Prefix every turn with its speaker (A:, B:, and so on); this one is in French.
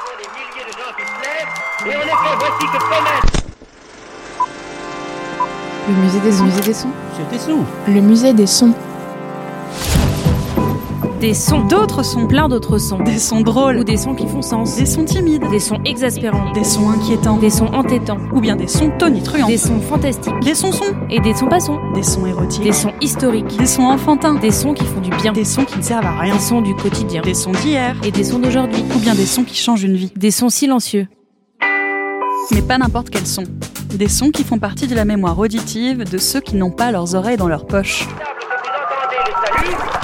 A: de gens qui se lèvent, et en effet, voici que promettent
B: Le musée des sons. des sons.
C: C'était sous.
B: Le musée des sons.
D: Des sons, d'autres sons, plein d'autres sons.
E: Des sons drôles
D: Ou des sons qui font sens.
E: Des sons timides.
D: Des sons exaspérants.
E: Des sons inquiétants.
D: Des sons entêtants.
E: Ou bien des sons tonitruants.
D: Des sons fantastiques.
E: Des sons sons.
D: Et des sons passants.
E: Des sons érotiques.
D: Des sons historiques.
E: Des sons enfantins.
D: Des sons qui font du bien.
E: Des sons qui ne servent à rien.
D: Des sons du quotidien.
E: Des sons d'hier.
D: Et des sons d'aujourd'hui.
E: Ou bien des sons qui changent une vie.
D: Des sons silencieux.
E: Mais pas n'importe quels sons. Des sons qui font partie de la mémoire auditive de ceux qui n'ont pas leurs oreilles dans leur poche.
A: que vous entendez le salut,